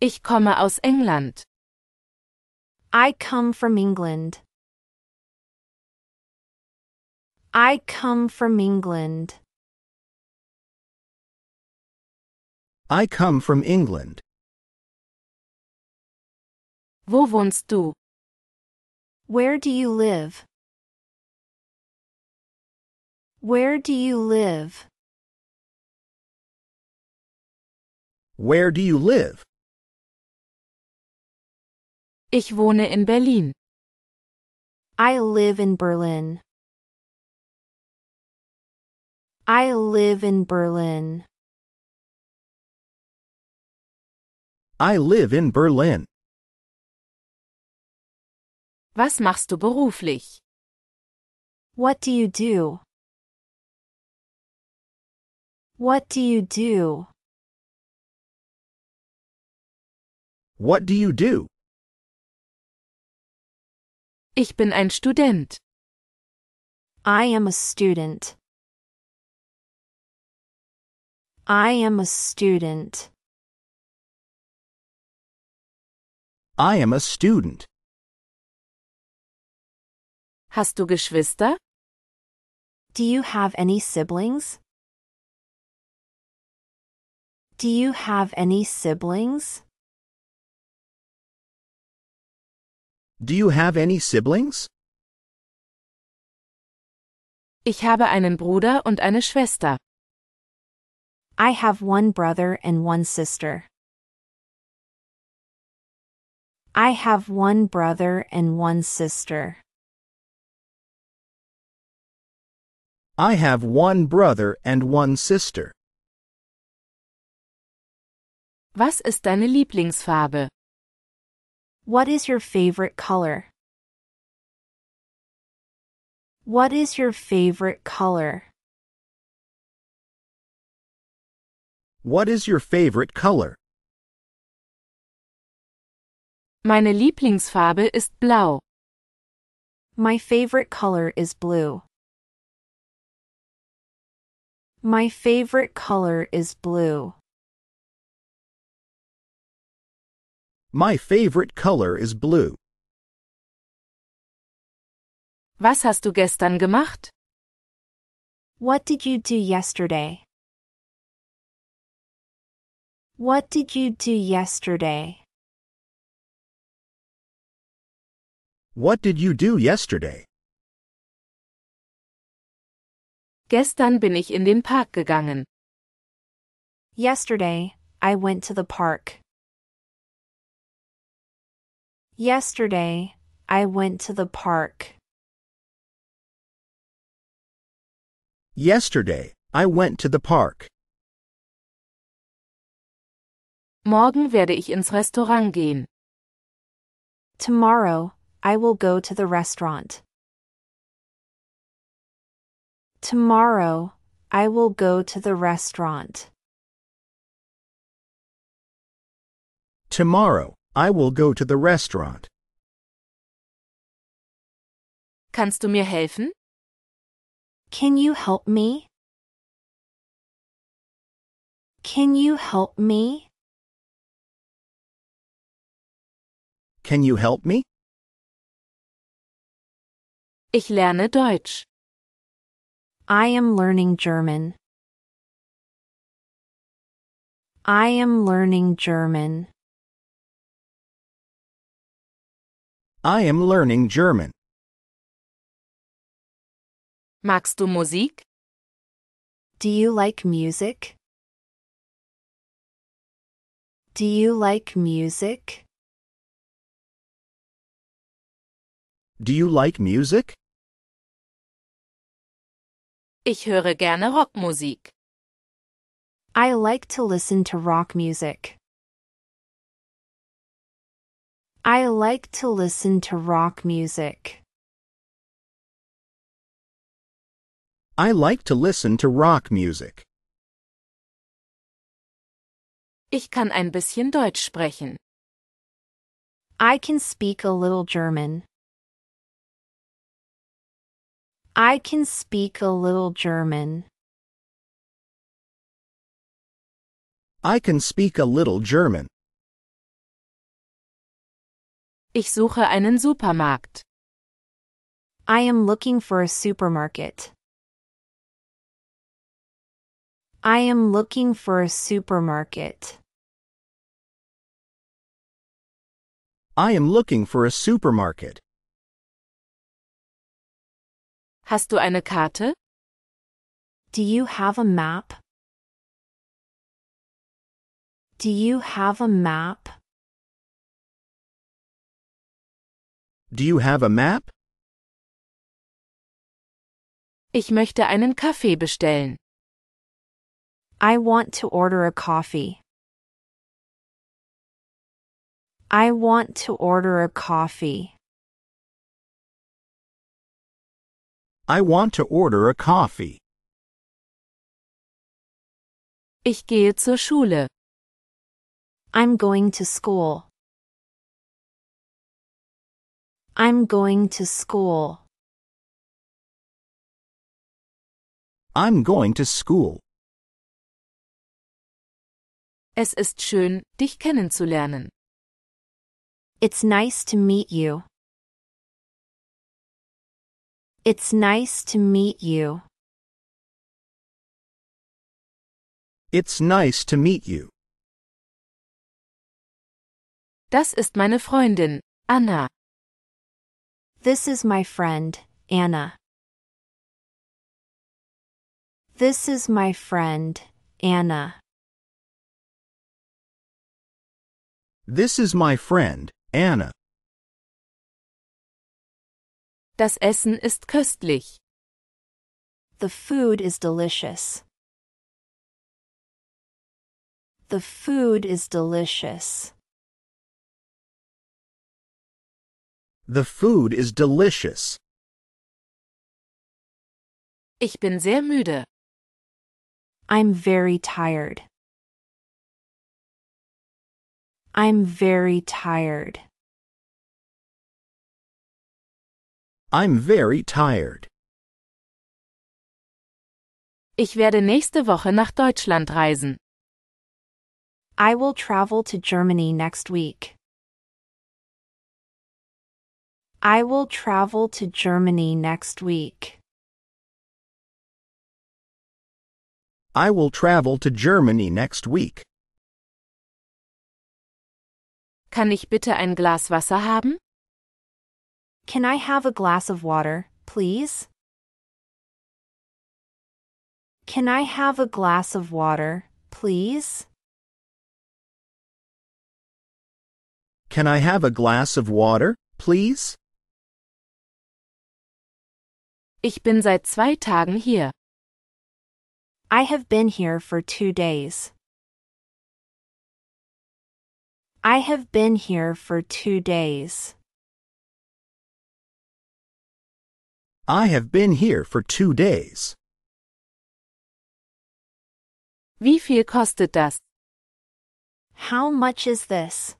Ich komme aus England. I come from England. I come from England. I come from England. Wo wohnst du? Where do you live? Where do you live? Where do you live? Ich wohne in Berlin. I live in Berlin. I live in Berlin. I live in Berlin. Was machst du beruflich? What do you do? What do you do? What do you do? Ich bin ein Student. I am a student. I am a student. I am a student. Hast du Geschwister? Do you have any siblings? Do you have any siblings? Do you have any siblings? Ich habe einen Bruder und eine Schwester. I have one brother and one sister. I have one brother and one sister. I have one brother and one sister. Was ist deine Lieblingsfarbe? What is your favorite color? What is your favorite color? What is your favorite color? Meine Lieblingsfarbe ist blau. My favorite color is blue. My favorite color is blue. My favorite color is blue. Was hast du gestern gemacht? What did you do yesterday? What did you do yesterday? What did you do yesterday? Gestern bin ich in den Park gegangen. Yesterday, I went to the park. Yesterday, I went to the park. Yesterday, I went to the park. Morgen werde ich ins Restaurant gehen. Tomorrow, I will go to the restaurant. Tomorrow, I will go to the restaurant. Tomorrow, I will go to the restaurant. Kannst du mir helfen? Can you help me? Can you help me? Can you help me? Ich lerne Deutsch. I am learning German. I am learning German. I am learning German. Magst du Musik? Do you like music? Do you like music? Do you like music? Ich höre gerne Rockmusik. I like to listen to rock music. I like to listen to rock music. I like to listen to rock music. Ich kann ein bisschen Deutsch sprechen. I can speak a little German. I can speak a little German. I can speak a little German. Ich suche einen Supermarkt. I am looking for a supermarket. I am looking for a supermarket. I am looking for a supermarket. Hast du eine Karte? Do you have a map? Do you have a map? Do you have a map? Ich möchte einen Kaffee bestellen. I want to order a coffee. I want to order a coffee. I want to order a coffee. Ich gehe zur Schule. I'm going to school. I'm going to school. I'm going to school. Es ist schön, dich kennenzulernen. It's nice to meet you. It's nice to meet you. It's nice to meet you. Das ist meine Freundin, Anna. This is my friend, Anna. This is my friend, Anna. This is my friend, Anna. Das Essen ist köstlich. The food is delicious. The food is delicious. The food is delicious. Ich bin sehr müde. I'm very tired. I'm very tired. I'm very tired. Ich werde nächste Woche nach Deutschland reisen. I will travel to Germany next week. I will travel to Germany next week. I will travel to Germany next week. Kann ich bitte ein Glas Wasser haben? Can I have a glass of water, please? Can I have a glass of water, please? Can I have a glass of water, please? Ich bin seit zwei Tagen hier. I have been here for two days. I have been here for two days. I have been here for two days. Wie viel kostet das? How much is this?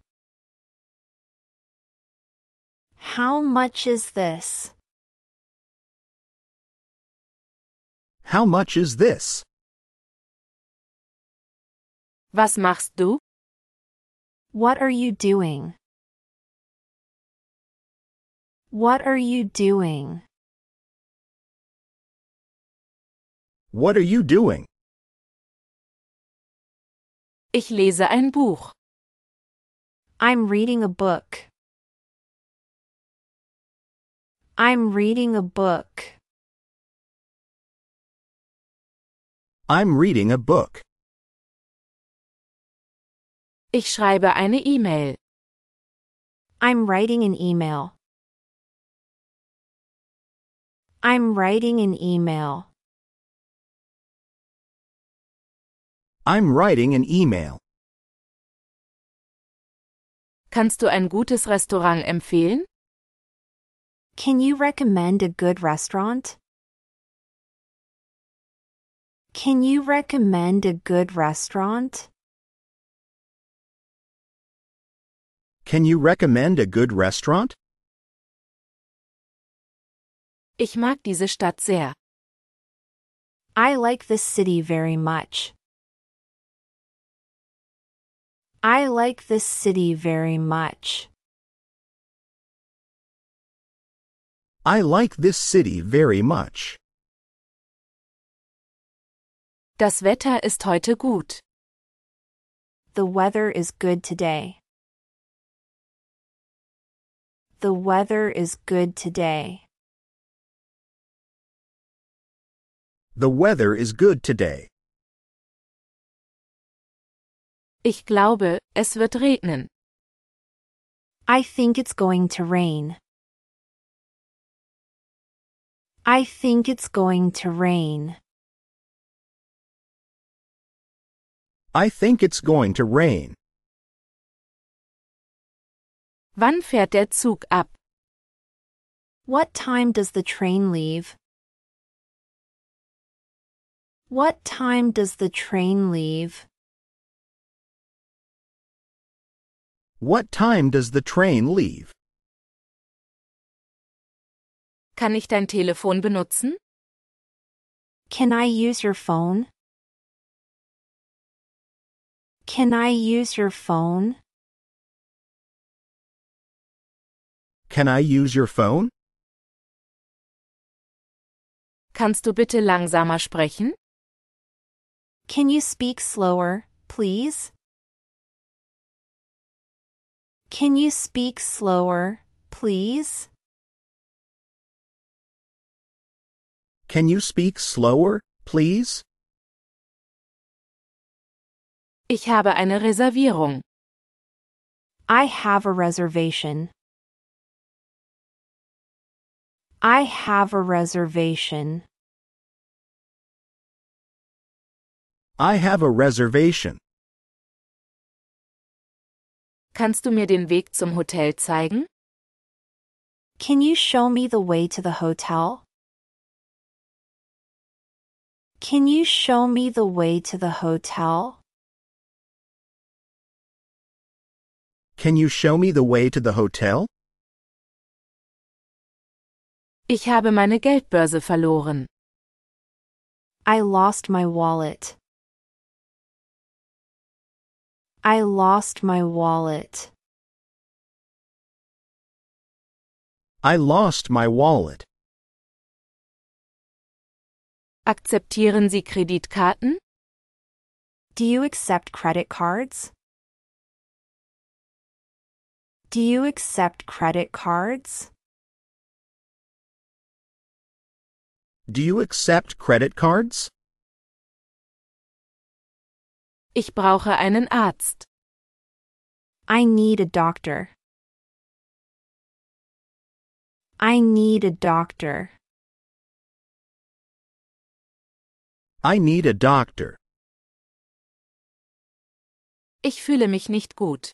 How much is this? How much is this? Was machst du? What are you doing? What are you doing? What are you doing? Ich lese ein Buch. I'm reading a book. I'm reading a book. I'm reading a book. Ich schreibe eine E-Mail. I'm writing an email. I'm writing an email. I'm writing an email. Kannst du ein gutes Restaurant empfehlen? Can you recommend a good restaurant? Can you recommend a good restaurant? Can you recommend a good restaurant? Ich mag diese Stadt sehr. I like this city very much. I like this city very much. I like this city very much. Das Wetter ist heute gut. The weather is good today. The weather is good today. The weather is good today. Ich glaube, es wird regnen. I think it's going to rain. I think it's going to rain. I think it's going to rain. Wann fährt der Zug ab? What time does the train leave? What time does the train leave? What time does the train leave? Kann ich dein Telefon benutzen? Can I use your phone? Can I use your phone? Can I use your phone? Kannst du bitte langsamer sprechen? Can you speak slower, please? Can you speak slower, please? Can you speak slower, please? Ich habe eine Reservierung. I have a reservation. I have a reservation. I have a reservation. Kannst du mir den Weg zum Hotel zeigen? Can you show me the way to the hotel? Can you show me the way to the hotel? Can you show me the way to the hotel? Ich habe meine Geldbörse verloren. I lost my wallet. I lost my wallet. I lost my wallet. Akzeptieren Sie Kreditkarten? Do you accept credit cards? Do you accept credit cards? Do you accept credit cards? Ich brauche einen Arzt. I need a doctor. I need a doctor. I need a doctor. Ich fühle mich nicht gut.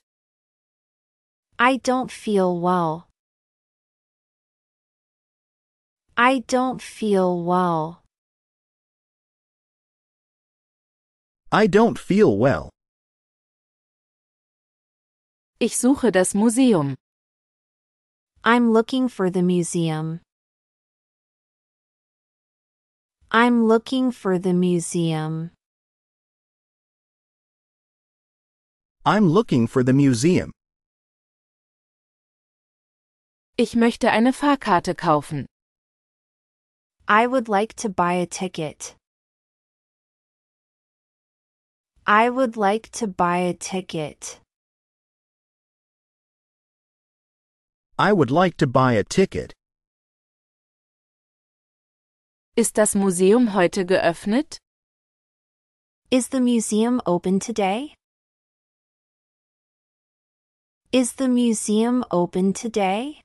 I don't feel well. I don't feel well. I don't feel well. Ich suche das Museum. I'm looking for the museum. I'm looking for the museum. I'm looking for the museum. Ich möchte eine Fahrkarte kaufen. I would like to buy a ticket. I would like to buy a ticket. I would like to buy a ticket. Ist das Museum heute geöffnet? Is the museum open today? Is the museum open today?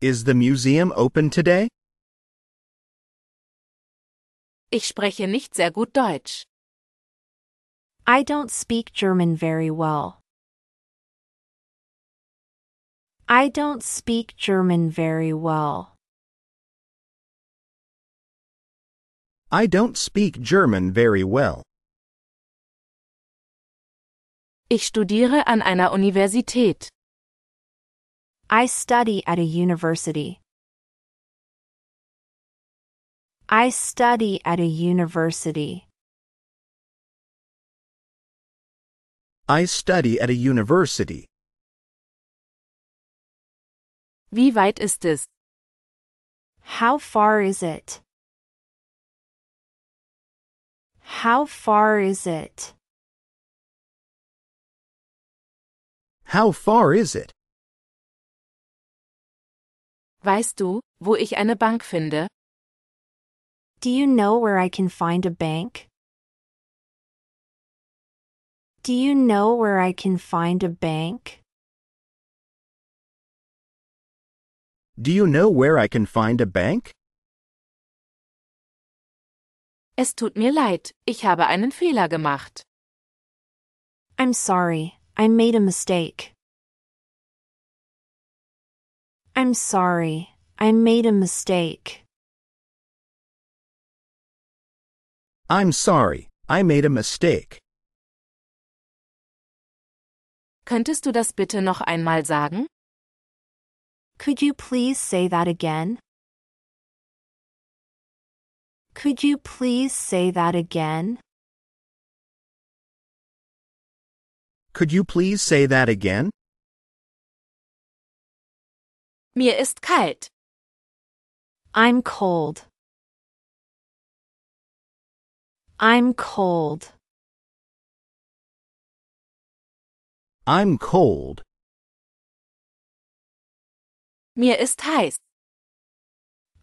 Is the museum open today? Ich spreche nicht sehr gut Deutsch. I don't speak German very well. I don't speak German very well. I don't speak German very well. Ich studiere an einer Universität. I study at a university. I study at a university. I study at a university. Wie weit ist es? How far is it? How far is it? How far is it? Weißt du, wo ich eine Bank finde? Do you know where I can find a bank? Do you know where I can find a bank? Do you know where I can find a bank? Es tut mir leid, ich habe einen Fehler gemacht. I'm sorry, I made a mistake. I'm sorry, I made a mistake. I'm sorry, I made a mistake. Könntest du das bitte noch einmal sagen? Could you please say that again? Could you please say that again? Could you please say that again? Mir ist kalt. I'm cold. I'm cold. I'm cold. Mir ist heiß.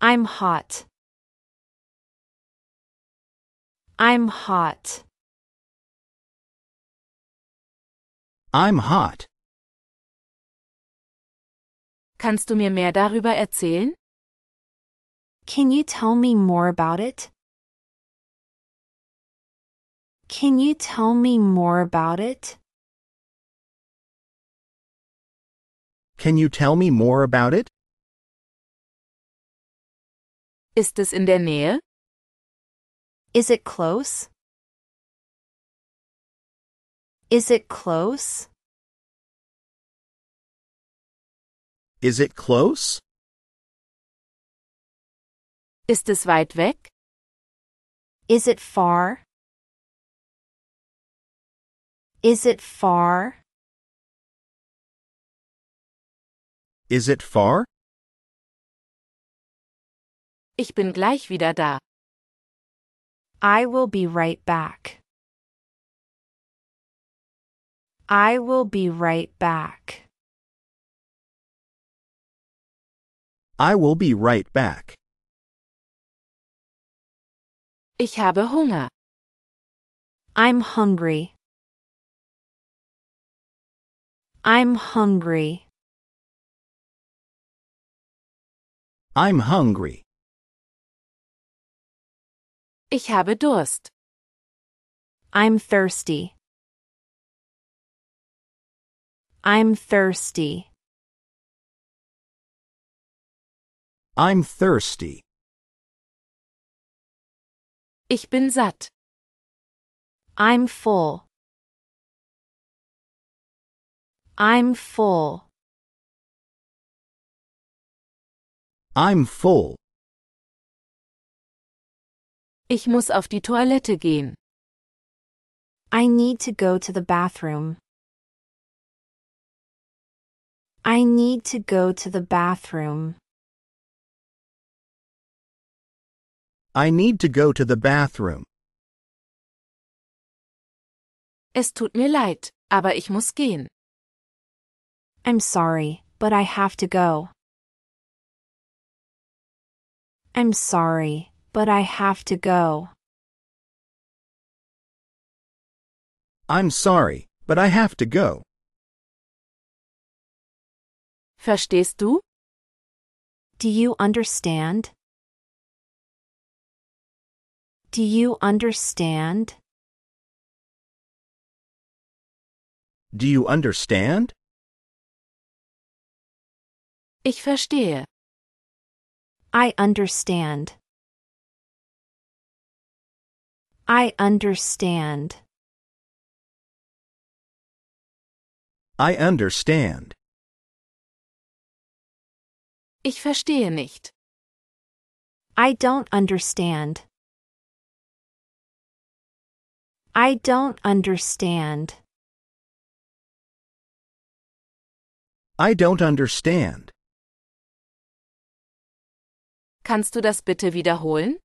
I'm hot. I'm hot. I'm hot. Kannst du mir mehr darüber erzählen? Can you tell me more about it? Can you tell me more about it? Can you tell me more about it? Ist es in der Nähe? Is it close? Is it close? Is it close? Ist es weit weg? Is it far? Is it far? Is it far? Ich bin gleich wieder da. I will be right back. I will be right back. I will be right back. Ich habe Hunger. I'm hungry. I'm hungry. I'm hungry. Ich habe Durst. I'm thirsty. I'm thirsty. I'm thirsty. Ich bin satt. I'm full. I'm full. I'm full. Ich muss auf die Toilette gehen. I need to go to the bathroom. I need to go to the bathroom. I need to go to the bathroom. Es tut mir leid, aber ich muss gehen. I'm sorry, but I have to go. I'm sorry, but I have to go. I'm sorry, but I have to go. Verstehst du? Do you understand? Do you understand? Do you understand? Ich verstehe. I understand. I understand. I understand. Ich verstehe nicht. I don't understand. I don't understand. I don't understand. Kannst du das bitte wiederholen?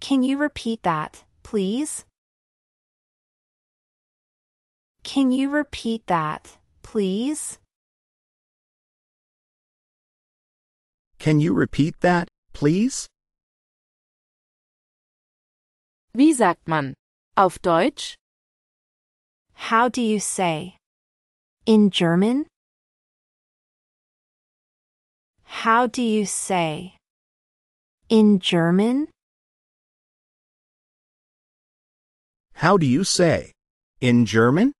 Can you repeat that, please? Can you repeat that, please? Can you repeat that, please? Wie sagt man? Auf Deutsch? How do you say? In German? How do you say? In German? How do you say? In German?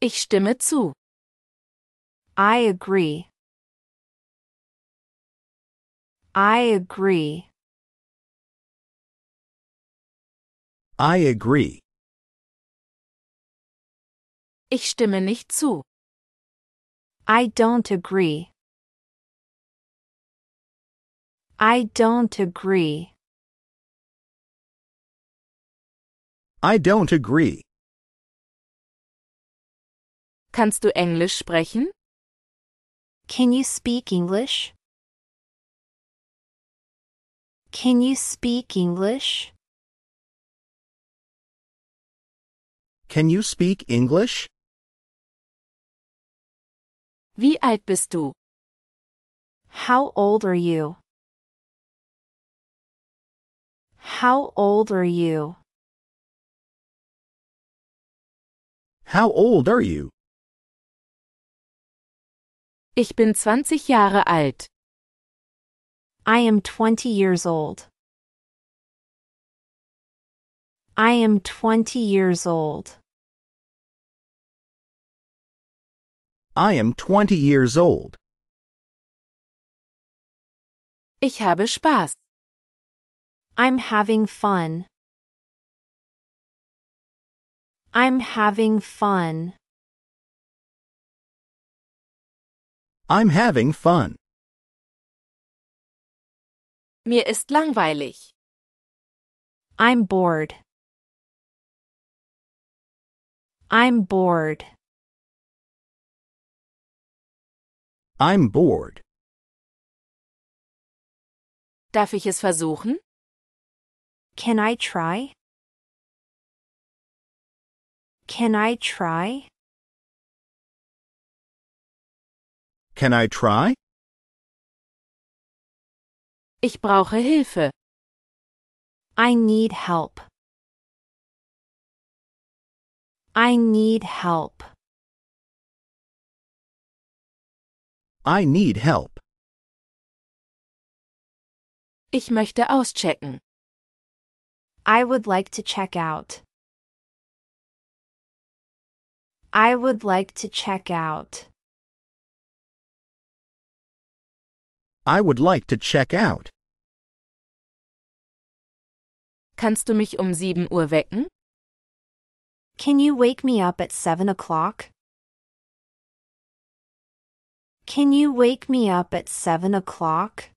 Ich stimme zu. I agree. I agree. I agree. Ich stimme nicht zu. I don't agree. I don't agree. I don't agree. Kannst du Englisch sprechen? Can you speak English? Can you speak English? Can you speak English? Wie alt bist du? How old are you? How old are you? How old are you? Ich bin 20 Jahre alt. I am 20 years old. I am 20 years old. I am 20 years old. Ich habe Spaß. I'm having fun. I'm having fun. I'm having fun. Mir ist langweilig. I'm bored. I'm bored. I'm bored. Darf ich es versuchen? Can I try? Can I try? Can I try? Ich brauche Hilfe. I need help. I need help. I need help. Ich möchte auschecken. I would like to check out. I would like to check out. I would like to check out. Kannst du mich um 7 Uhr wecken? Can you wake me up at 7 o'clock? Can you wake me up at 7 o'clock?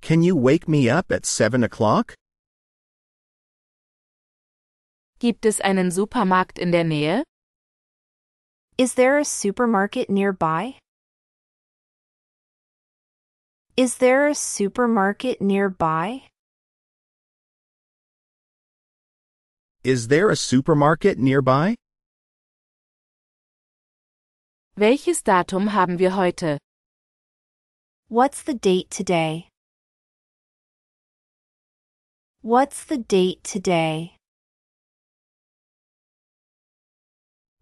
Can you wake me up at 7 o'clock? Gibt es einen Supermarkt in der Nähe? Is there a supermarket nearby? Is there a supermarket nearby? Is there a supermarket nearby? Welches Datum haben wir heute? What's the date today? What's the date today?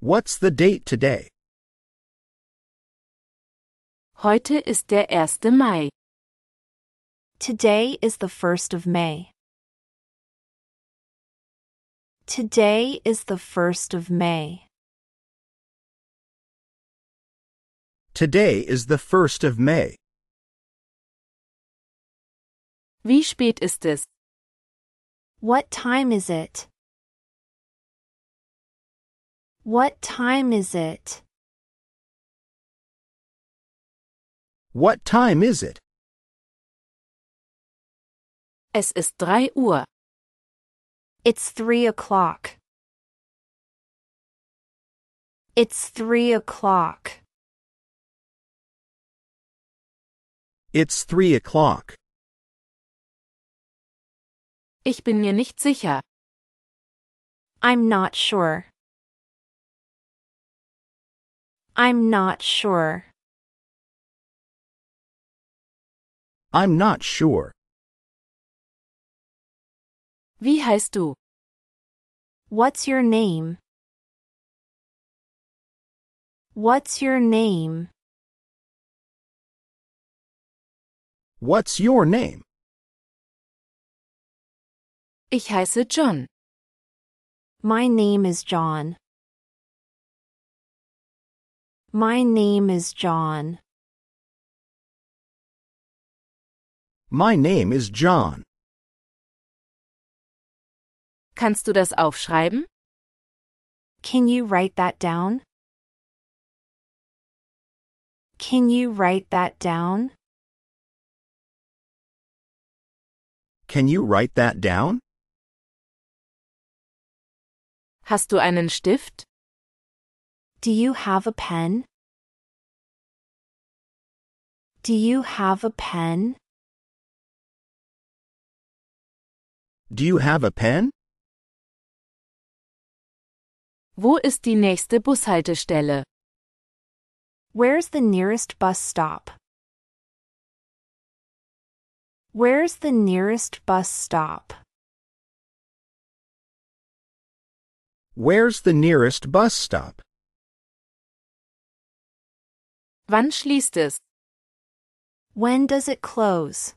What's the date today? Heute ist der 1. Mai. Today is the 1st of May. Today is the 1st of May. Today is the 1st of May. Wie spät ist es? What time is it? What time is it? What time is it? Es ist 3 Uhr. It's 3 o'clock. It's 3 o'clock. It's three o'clock. Ich bin mir nicht sicher. I'm not sure. I'm not sure. I'm not sure. Wie heißt du? What's your name? What's your name? What's your name? Ich heiße John. My name is John. My name is John. My name is John. Kannst du das aufschreiben? Can you write that down? Can you write that down? Can you write that down? Hast du einen Stift? Do you have a pen? Do you have a pen? Do you have a pen? Wo ist die nächste Bushaltestelle? Where's the nearest bus stop? Where's the nearest bus stop? Where's the nearest bus stop? Wann schließt es? When does it close?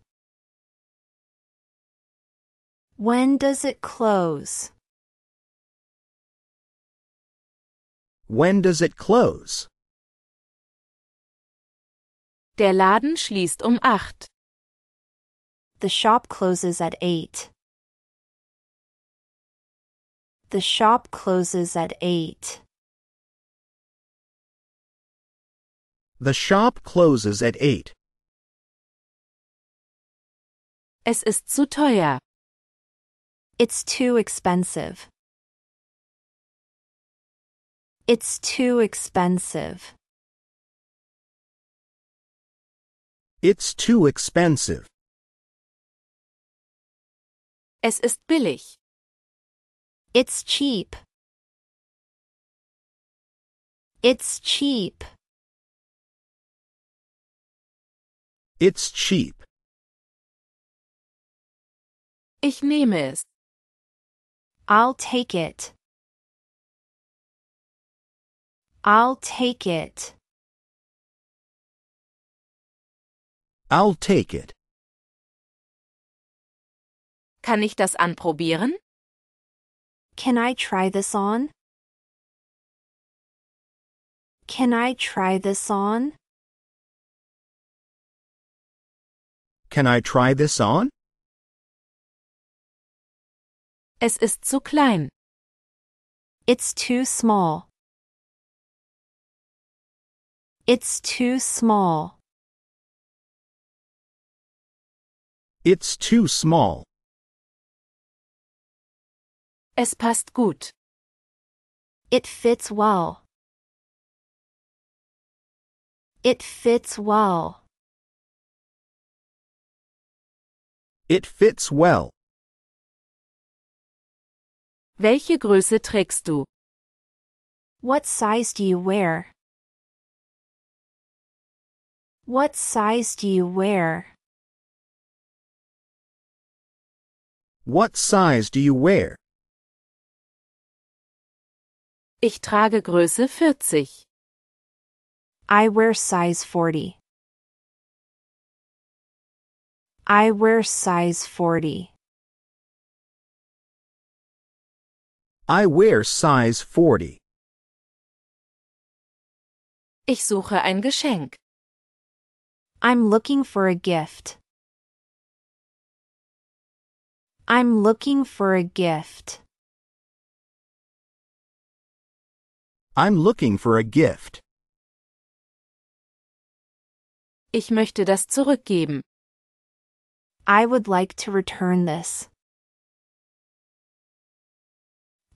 When does it close? When does it close? Der Laden schließt um 8. The shop closes at 8. The shop closes at 8. The shop closes at 8. Es ist zu teuer. It's too expensive. It's too expensive. It's too expensive. Es ist billig. It's cheap. It's cheap. It's cheap. Ich nehme es. I'll take it. I'll take it. I'll take it. Kann ich das anprobieren? Can I try this on? Can I try this on? Can I try this on? Es ist zu klein. It's too small. It's too small. It's too small. Es passt gut. It fits well. It fits well. It fits well. Welche Größe trägst du? What size do you wear? What size do you wear? What size do you wear? Ich trage Größe 40. I wear size 40. I wear size 40. I wear size 40. Ich suche ein Geschenk. I'm looking for a gift. I'm looking for a gift. I'm looking for a gift. Ich möchte das zurückgeben. I would like to return this.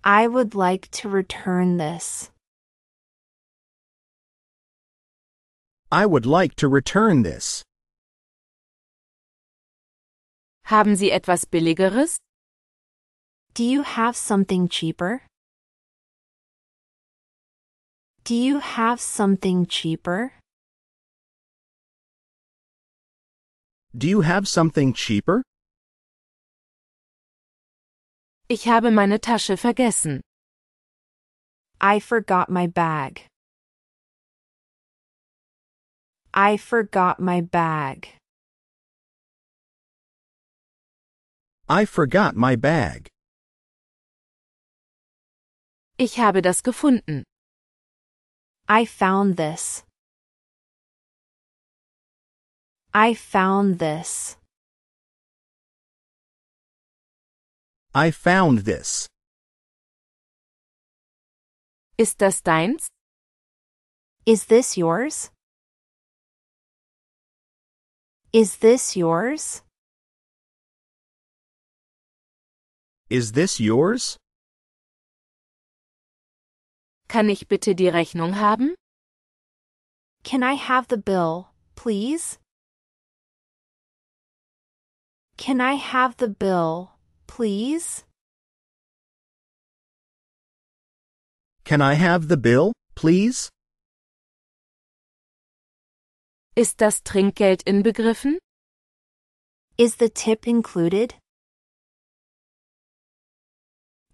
I would like to return this. I would like to return this. Haben Sie etwas Billigeres? Do you have something cheaper? Do you have something cheaper? Do you have something cheaper? Ich habe meine Tasche vergessen. I forgot my bag. I forgot my bag. I forgot my bag. Ich habe das gefunden. I found this. I found this. I found this. Ist das deins? Is this yours? Is this yours? Is this yours? Kann ich bitte die Rechnung haben? Can I have the bill, please? Can I have the bill, please? Can I have the bill, please? Ist das Trinkgeld inbegriffen? Is the tip included?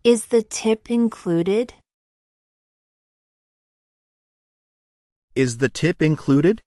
Is the tip included? Is the tip included?